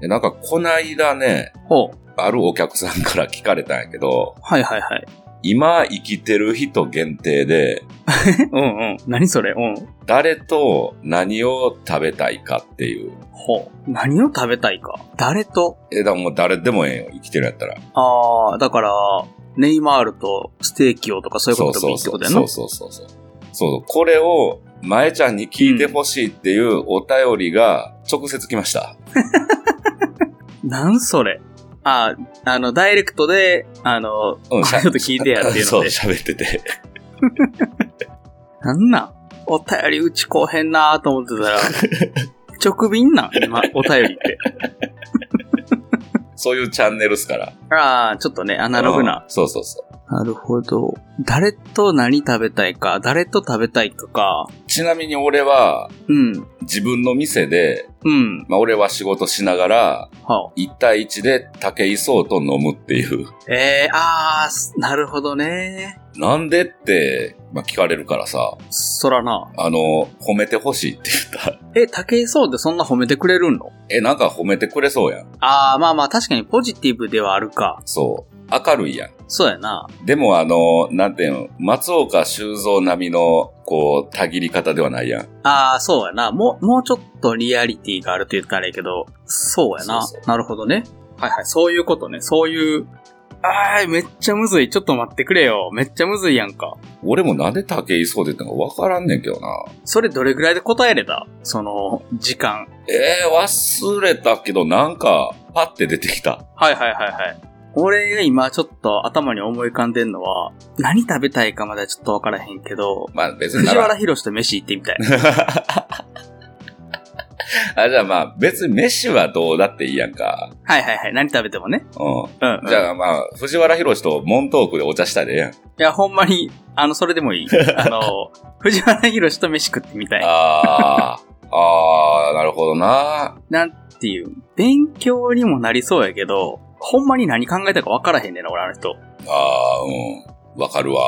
で、なんかこないだね、ほう。あるお客さんから聞かれたんやけど、はいはいはい。今生きてる人限定で、うんうん。何それうん。誰と何を食べたいかっていう。ほう。何を食べたいか。誰とえ、だからもう誰でもええよ、生きてるやったら。ああ、だから、ネイマールとステーキをとかそういうことでもいいってことやな。そうそうそうそう。そうそう、これを、まえちゃんに聞いてほしいっていうお便りが直接来ました。なんそれ。ああ、あの、ダイレクトで、あの、うん、 ちょっと聞いてやってい うそのう、で。喋ってて。なんなんお便りうちこうへんなーと思ってたら、 直便なん今、お便りって。そういうチャンネルっすから。ああ、ちょっとね、アナログな。うん。そうそうそう。なるほど。誰と何食べたいか、誰と食べたいかか。ちなみに俺は、うん。自分の店で、うん。まあ俺は仕事しながら、は1対1で竹井壮と飲むっていう。あ、ええー、ああ、すなるほどね。なんでって、まあ聞かれるからさ、そらな。あの、褒めてほしいって言った。え、竹井壮ってそんな褒めてくれるのえ、なんか褒めてくれそうやん。ああ、まあまあ確かにポジティブではあるか。そう。明るいやん。そうやな。でもあの、なんていうの、松岡修造並みの、こう、たぎり方ではないやん。ああ、そうやな。もう、もうちょっとリアリティがあると言ったらいいけど、そうやな。そうなるほどね。はいはい、そういうことね。そういう、ああ、めっちゃむずい。ちょっと待ってくれよ。めっちゃむずいやんか。俺もなんで竹井壮って言ったのかわからんねんけどな。それどれぐらいで答えれたその、時間。えー、忘れたけど、なんか、パッて出てきた。はいはいはいはい。俺が今ちょっと頭に思い浮かんでんのは、何食べたいかまではちょっとわからへんけど、まあ別に藤なら原博士と飯行ってみたい。あ、じゃあまあ、別に飯はどうだっていいやんか。はいはいはい。何食べてもね。ううん、うん。ん。じゃあまあ、藤原博士とモントークでお茶したでええやん。いや、ほんまに、あの、それで もいい。あの、藤原宏と飯食ってみたい。ああ、ああ、なるほどな。なんていう、勉強にもなりそうやけど、ほんまに何考えたか分からへんねんな、俺あの人。ああ、うん。わかるわ。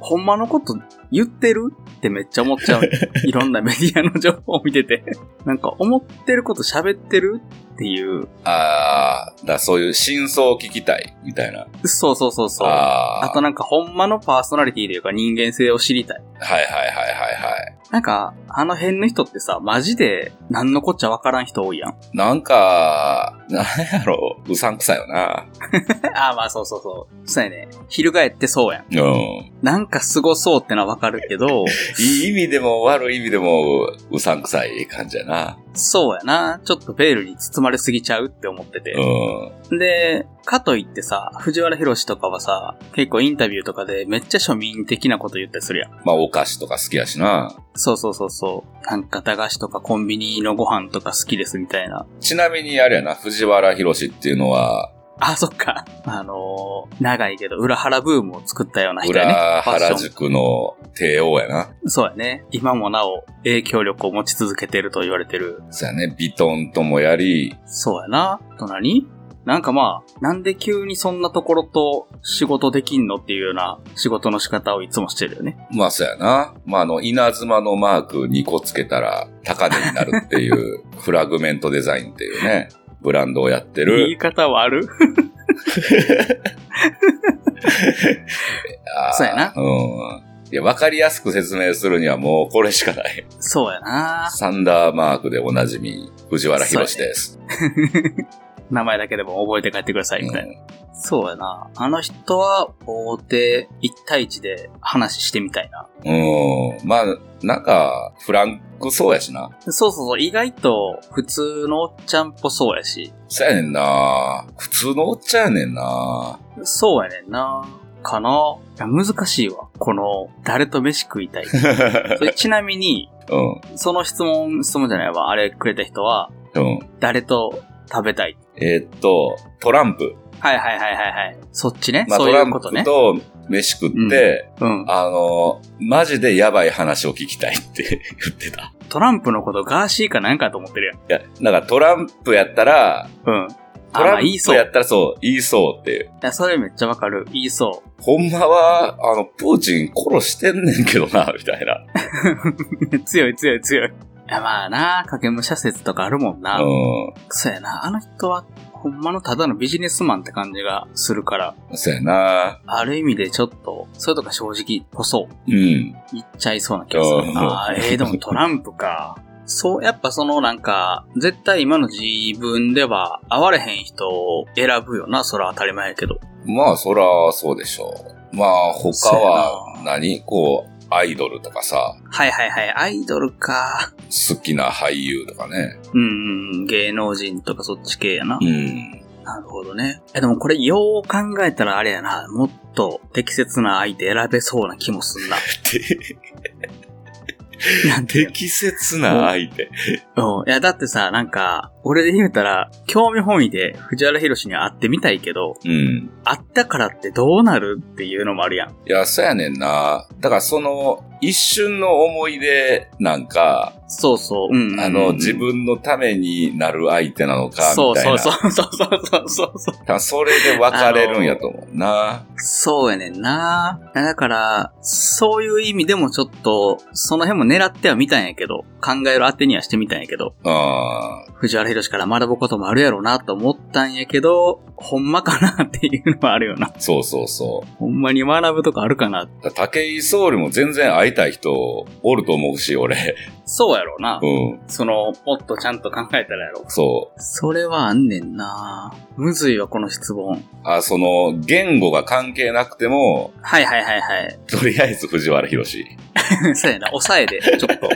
ほんまのこと言ってるってめっちゃ思っち ゃう。いろんなメディアの情報を見てて。なんか、思ってること喋ってるっていう。ああ、だからそういう真相を聞きたい、みたいな。そうそうそうそう。あああ、となんか、ほんまのパーソナリティというか人間性を知りたい。はいはいはいはいはい。なんか、あの辺の人ってさ、マジで、何のこっちゃ分からん人多いやん。なんか、なんやろう、うさんくさいよな。 ああ、まあそうそうそう。そうやね。翻ってそうやん。うん。なんか凄そうってのはわかるけ ど、いい意味でも悪い意味でも、うさんくさい感じやな。そうやな。ちょっとベールに包まれすぎちゃうって思っててう。ん。で、かといってさ、藤原博士とかはさ、結構インタビューとかでめっちゃ庶民的なこと言ったりするやん。まあ、お菓子とか好きやしな。そうそうそうそう。なんか駄菓子とかコンビニのご飯とか好きですみたいな。ちなみにあれやな、藤原宏っていうのは、あ、そっか。あのー長いけど、裏腹ブームを作ったような人やね。裏ファッション原宿の帝王やな。そうやね。今もなお影響力を持ち続けてると言われてるそうやね、ビトンともやり、そうやな。と何なんかまあ、なんで急にそんなところと仕事できんのっていうような仕事の仕方をいつもしてるよね。まあそうやな。まああの、稲妻のマーク2個つけたら高値になるっていう フラグメントデザインっていうね、ブランドをやって言いる。方はあるあーそうやなうん。いや、わかりやすく説明するにはもうこれしかない。そうやな。サンダーマークでおなじみ、藤原博です。名前だけでも覚えて帰ってくださいみたいな。そうやな。あの人は大手1対1で話してみたいな。うん。うんまあ、なんか、フランクそうやしな。そうそうそう、意外と普通のおっちゃんっぽそうやし。そうやねんな普通のおっちゃんやねんなそうやねんな。かないや難しいわ。この、誰と飯食いた い。それちなみに、うん。その質問、質問じゃないわ。あれくれた人は、うん。誰と食べたいえーっと、トランプ。はいはいはいはいはい。そっちね。まあ、そトういラうことねンプ。と飯食って、うん。あの、マジでやばい話を聞きたいって 言ってた。トランプのことガーシーかなんかと思ってるいや、なんかトランプやったら、やん。うん。トあ、まラあン言いプそう。やいったらそう、言いそうっていう。や、それめっちゃわかる。言いそう。ほんまは、あの、プーチン殺してんねんけどな、みたいな。強い強い強い。いやまあな、影武者説とかあるもんな。うそうやな。あの人は、ほんまのただのビジネスマンって感じがするから、ん。そうやな。ある意味でちょっと、それとか正直、こそ、うん。言っちゃいそうな気がすうるんな。あーええでもトランプか。そう、やっぱそのなんか、絶対今の自分では、会われへん人を選ぶよな、それは当たり前やけど。まあ、そら、そうでしょう。まあ、他は何、こう、アイドルとかさ、はいはいはい、アイドルか。好きな俳優とかね。うんうん、芸能人とかそっち系やな。うん。なるほどね。え、でもこれよう考えたらあれやな、もっと適切な相手選べそうな気もすんな。なんていうの適切な相手。うん。いや、だってさ、なんか、俺で言うたら、興味本位で藤原博に会ってみたいけど、うん。会ったからってどうなるっていうのもあるやん。いや、そうやねんな。だからその、一瞬の思い出なんか、そうそう。うんうんうん。あの、自分のためになる相手なのか、そみうたいそな。うそうそうそうそうそう。多分それで別れるんやと思うな。そうやねんな。いやだから、そういう意味でもちょっと、その辺も狙ってはみたんやけど、考える当てにはしてみたんやけど、うん。藤原博から学ぶこともあるやろうなと思ったんやけど、ほんまかなっていうのはあるよな。そうそうそほんまに学ぶとかあるかな。う。だ武井総理も全然会いたい人おると思うし、俺。 そうやろうなう。ん。その、もっとちゃんと考えたらやろう。そそれはあんねんな。むずいわ、この質問。う。あ、その、言語が関係なくても、はいはいはいはい。とりあえず藤原博士。 そうやな。抑えで、ちょっと、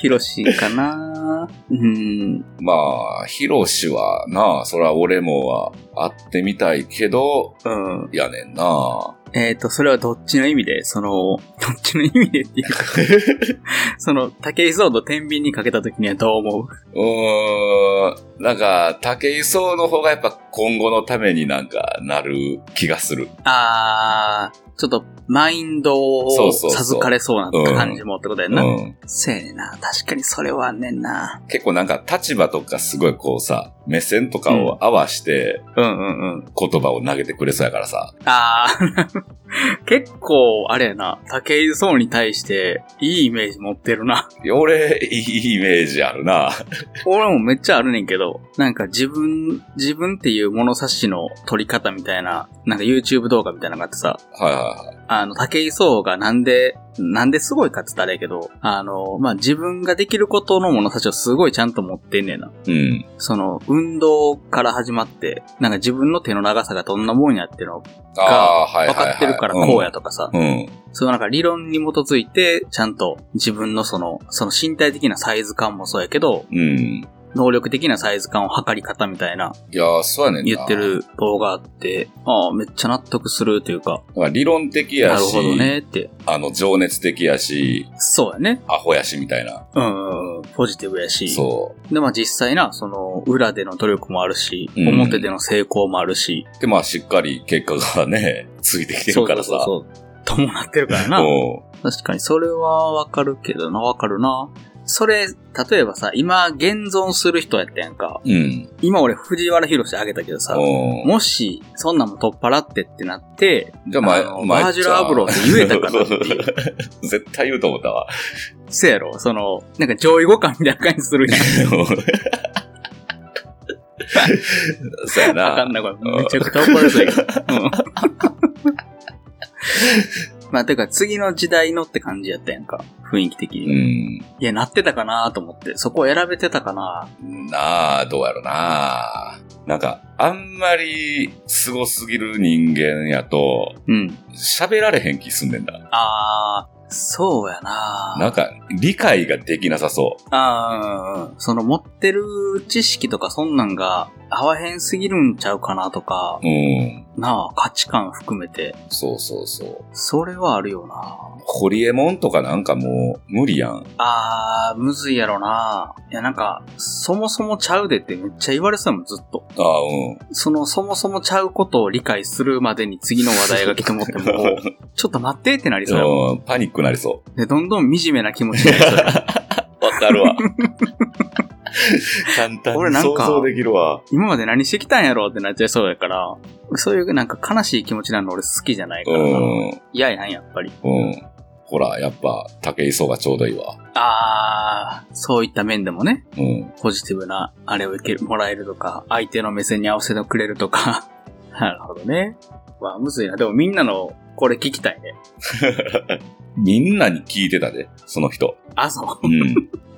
広しかな。うん。まあ、博士はな、そら俺もは会ってみたいけど、うん。やねんな。えっ、と、それはどっちの意味で、その、どっちの意味でって いうか、その、竹井壮と天秤にかけた時にはどう思ううーん、なんか、武井壮の方がやっぱ今後のためになんかなる気がする。あー、ちょっと、マインドそをうそうそう授かれそうな感じもってことやんな。うん。せやねんな。確かにそれはあんねんな。結構なんか立場とかすごいこうさ、目線とかを合わしてうんうんうん。言葉を投げてくれそうやからさ。あー、 結構、あれやな、竹井壮に対して、いいイメージ持ってるな。 いや俺、いいイメージあるな。俺もめっちゃあるねんけど、なんか自分、自分っていう物差しの取り方みたいな、なんか YouTube 動画みたいなのがあってさ、はいはいはい。あの、竹井壮がなんで、なんですごいかって言ったらあれやけど、あの、まあ、自分ができることの物差しをすごいちゃんと持ってんねんな。うん。その、運動から始まって、なんか自分の手の長さがどんなもんやっていうのをああー、はい分はい、はい。かってるからこうやとかさ、うん。うん。そうなんか理論に基づいて、ちゃんと自分のその、その身体的なサイズ感もそうやけど、うん。能力的なサイズ感を測り方みたいないやー、そうやねんな。言って。る動画あって、ああ、めっちゃ納得するというか、理論的やなるし、ほどねって。あの、情熱的やし、そうやね。アホやしみたいな。うんうんうん、ポジティブやし。そで、まあ実際な、その、裏での努力もあるし、うん表での成功もあるし、う。で、まあ、しっかり結果がね、 ついてきてるからさ。そううそうそう。伴ってるからな。確かに、それはわかるけどな、わかるな。それ、例えばさ、今、現存する人やったやんか。ん。うん。今俺、藤原博士あげたけどさ、うんもし、そんなんも取っ払ってってなって、じゃあ、あまのあ、まあ、バージュラーブローって言えたかなっていう 絶対言うと思ったわ。 せやろ、その、なんか上位互換みたいな感じす るやん。そうやな。わかんない、これ。めちゃくちゃ怒られそうやけど。うん まあ、てか、次の時代のって感じやったやんか。雰囲気的うに。ん。いや、なってたかなと思って。そこ選べてたかななあ、どうやろな。なんか、あんまり凄すすぎる人間やと、うん。喋られへん気すんねんな。あー、そうやななんか、理解ができなさそあーうんうんその持ってる知識とかそんなんが合わへんすぎるんちゃうかなとか、う。うん。なあ、価値観含めて。そうそうそう。それはあるよなホリエモンとかなんかもう、無理やん。あー、むずいやろないや、なんか、そもそもちゃうでってめっちゃ言われそうやもん、ずっと。ああ、うん。その、そもそもちゃうことを理解するまでに次の話題が来ても っても、ちょっと待ってってなりそうやもん。 うんパニックなりそで、どんどん惨めな気持ちになり そうやもん。う。わかる わ。簡単俺になん想か像できるわ。今まで何してきたんやろうってなっちゃいそうやから、そういうなんか悲しい気持ちなの俺好きじゃないかうらな。ん。嫌やん、やっぱり。うん。ほら、やっぱ、竹磯がちょうどいいわ。あー、そういった面でもね、うん。ポジティブなあれをいけるもらえるとか、相手の目線に合わせてくれるとか。 なるほどね。わあ、むずいな。でもみんなのこれ聞きたいね。みんなに聞いてたで、その人。あ、そ う。 うん。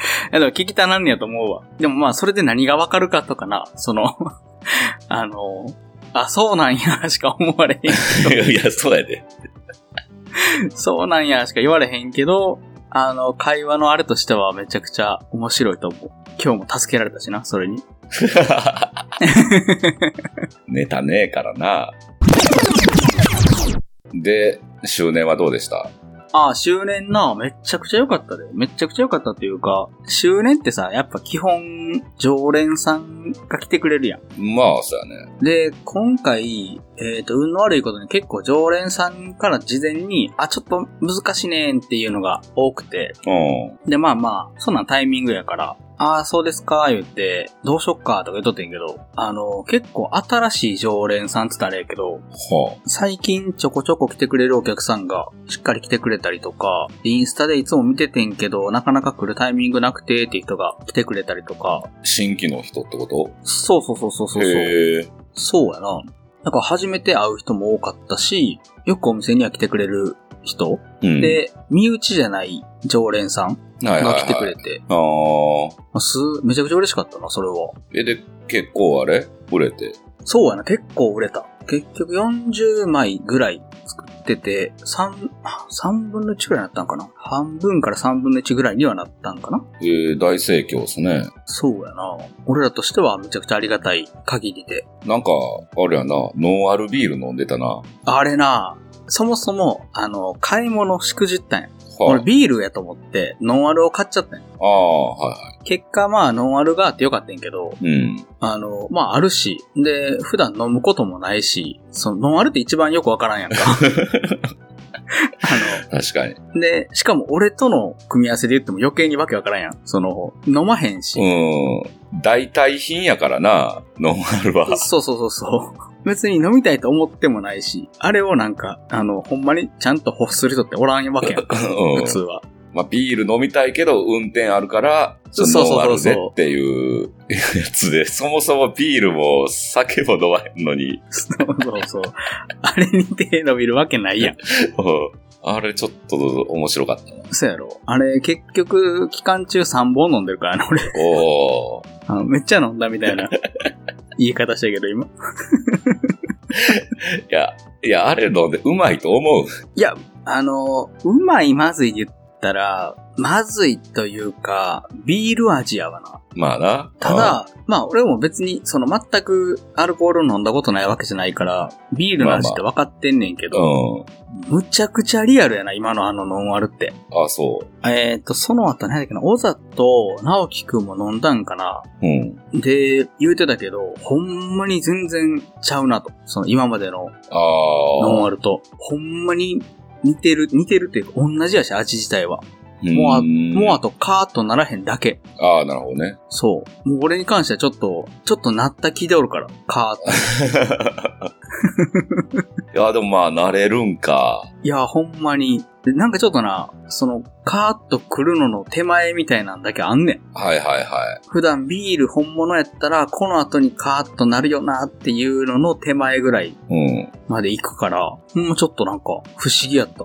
いやでも聞きたなんねやと思うわ。でもまあ、それで何がわかるかとかな、その、 あの、あ、そうなんや、 しか思われへいや、そうやで。 ん。 そうなんや、しか言われへんけど、あの、会話のあれとしてはめちゃくちゃ面白いと思う。今日も助けられたしな、それに。ネタねえからな。で、周年はどうでしたああ、周年な、めっちゃくちゃ良かったで。めっちゃくちゃ良かったっていうか、周年ってさ、やっぱ基本、常連さんが来てくれるやん。まあ、そうやね。で、今回、えっ、と、運の悪いことに結構常連さんから事前に、あ、ちょっと難しいねんっていうのが多くて、うん。で、まあまあ、そんなんタイミングやから、ああ、そうですか、言って、どうしよっか、とか言っとってんけど、あの、結構新しい常連さんって言ったらあれやけど、は最近ちょこちょこ来てくれるお客さんがしっかり来てくれたりとか、インスタでいつも見ててんけど、なかなか来るタイミングなくてっていう人が来てくれたりとか、あ、新規の人ってことそうそうそうそうそうそう。へえ。そうやな。なんか初めて会う人も多かったし、よくお店には来てくれる人、うん、で、身内じゃない常連さんはいはがいはい来てくれて、ああ。まあす、めちゃくちゃ嬉しかったな、それは。え、で、結構あれ売れて。そうやな、結構売れた。結局40枚ぐらい作ってて、3、3分の1ぐらいになったんかな半分から3分の1ぐらいにはなったんかなえー大盛況ですね。そうやな。俺らとしてはめちゃくちゃありがたい限りで。なんか、あれやな、ノンアルビール飲んでたな。はあれな、そもそも、あの、買い物しくじったんや。俺あビールやと思って、ノンアルを買っちゃったんよああ、はいは結果、まあ、ノンアルがあってよかったんやけど、い。うん。あの、まあ、あるし、で、普段飲むこともないし、その、ノンアルって一番よくわからんやんか。あ確かに。の、で、しかも俺との組み合わせで言っても余計にわけわからんやん。その、飲まへんし。うん。代替品やからな、ノンアルは。そうそうそうそう。別に飲みたいと思ってもないし、あれをなんか、あの、ほんまにちゃんと欲する人っておらんわけやんか。う普ん。通は。まあ、ビール飲みたいけど、運転あるから、そうそそのノうンアそうルそうでっていうやつで、そもそもビールも酒も飲まへんのに、 そうそうそう。あれに手伸びるわけないやん。うんあれちょっと面白かったな。そうやろ。あれ、結局、期間中3本飲んでるからね、俺。おー。あのめっちゃ飲んだみたいな言い方したけど、今。いや、いや、あれ飲んでうまいと思う。あの、うまい、まずいで言ったら、まずいというか、ビール味やわな。まあな。ただ、まあ俺も別に、その全くアルコール飲んだことないわけじゃないから、ビールの味って分かってんねんけうど、ん、うん。むちゃくちゃリアルやな、今のあのノンアルって。あ、そえっ、ー、と、その後何だっけな、小里直樹くんも飲んだんかな。う。うん。で、言うてたけど、ほんまに全然ちゃうなと。その今まであのあ。ノンアルと。ほんまに似てる、似てるっていうか同じやし、味自体は。もうあもうあと。とカーッとならへんだけ。ああ、なるほどね。そう。もう俺に関してはちょっと、ちょっとなった気でおるから。カーッと。いや、でもまあ、慣れるんか。いや、ほんまに。でなんかちょっとな、その、カーッと来るのの手前みたいなんだけあんねん。はいはいはい。普段ビール本物やったら、この後にカーッとなるよなっていうのの手前ぐらいうん。まで行くから、もうちょっとなんか不思議やった。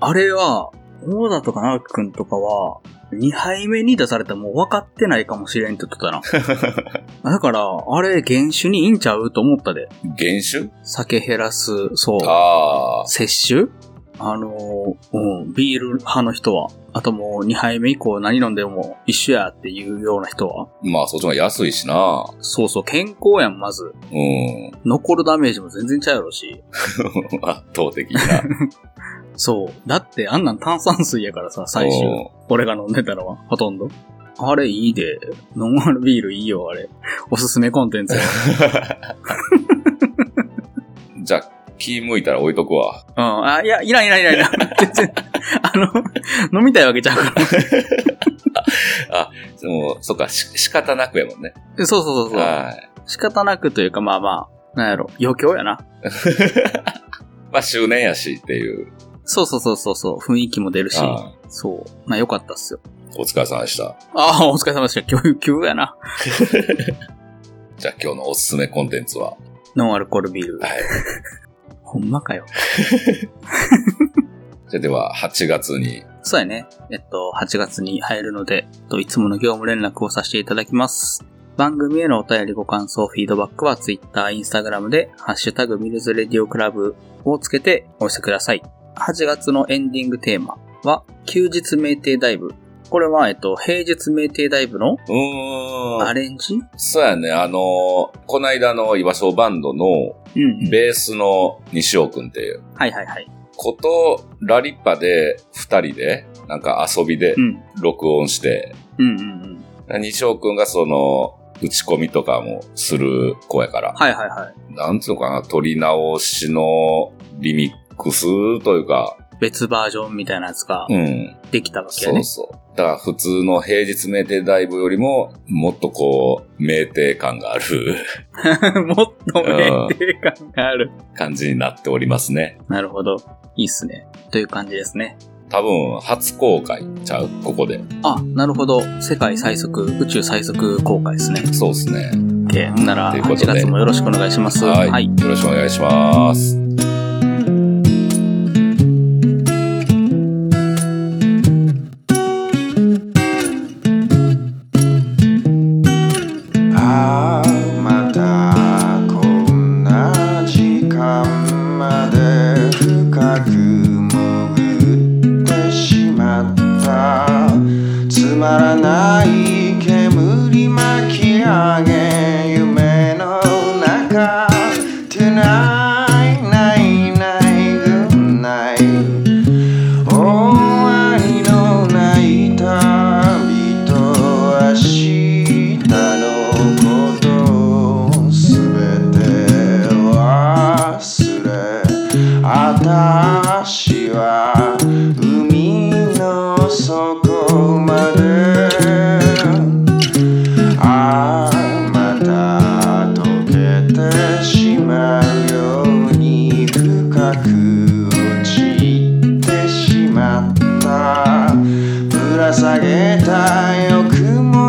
あれは、大田とか直樹くんとかは、2杯目に出されたらもう分かってないかもしれんって言ってたな。だから、あれ、原酒にいいんちゃうと思ったで。原酒酒減らす、そう、ああ。摂取あのーうん、ビール派の人は、あともう2杯目以降何飲んでも一緒やっていうような人は、まあ、そっちの方が安いしな。そうそう、健康やん、まず。うん。 残るダメージも全然ちゃうやろし。圧倒的な。そう。だってあんなん炭酸水やからさ、 最終。うん俺が飲んでたのは、ほとんど。あれいいで。ノンアルビールいいよ、あれ。おすすめコンテ ンツや。じゃあ、気向いたら置いとくわ。うん。あ、いや、いらんいらんいらんいらん。全然。あの、飲みたいわけちゃうから。でも、そっか、し仕方なくやもんね。そうそうそうそう。はい。仕方なくというか、まあまあ、なんやろ、余興やな。まあ、周年やしっていう。そうそうそうそうそう、雰囲気も出るし、あそう。まあ良かったっすよ。お疲れ様でした。ああ、お疲れ様でした。今日、今日やな。じゃあ今日のおすすめコンテンツは、ノンアルコールビール。はい。ほんまかよ。じゃあでは、8月に、そうやね。えっと、8月に入るので、えっといつもの業務連絡をさせていただきます。番組へのお便りご感想、フィードバックは Twitter、Instagram で、ハッシュタグミルズレディオクラブをつけてお寄せください。8月のエンディングテーマは、休日酩酊ダイブ。これは、えっと、平日酩酊ダイブのうーん。アレンジそうやね、あの、こないだの居場所バンドのうんうん。ベースの西尾くんっていう、はいはいはい。ことラリッパで二人で、なんか遊びでうん。録音して、うんうんうん。西尾くんがその、打ち込みとかもする子やから、はいはいはい。なんつうのかな、撮り直しのリミックスというか、別バージョンみたいなやつがうん、できたわけそやうね。そう。だから普通の平日名店ダイブよりも、もっとこう、名店感がある もっと酩酊感がある。感じになっておりますね。なるほど。いいっすね。という感じですね。多分、初公開ちゃう、ここで。あ、なるほど。世界最速、宇宙最速公開ですね。そうですね。 OK。なら、ということ8で月もよろしくお願いします。はい。よろしくお願いします。ああまたこんな時間まで深く潜ってしまったつまらない煙巻き上げ夢の中 Tonight, night, night, good night 終わりのない旅と明日のことを全て忘れ私は海の底までああまた溶けてしまうように深く落ちてしまったぶら下げた欲も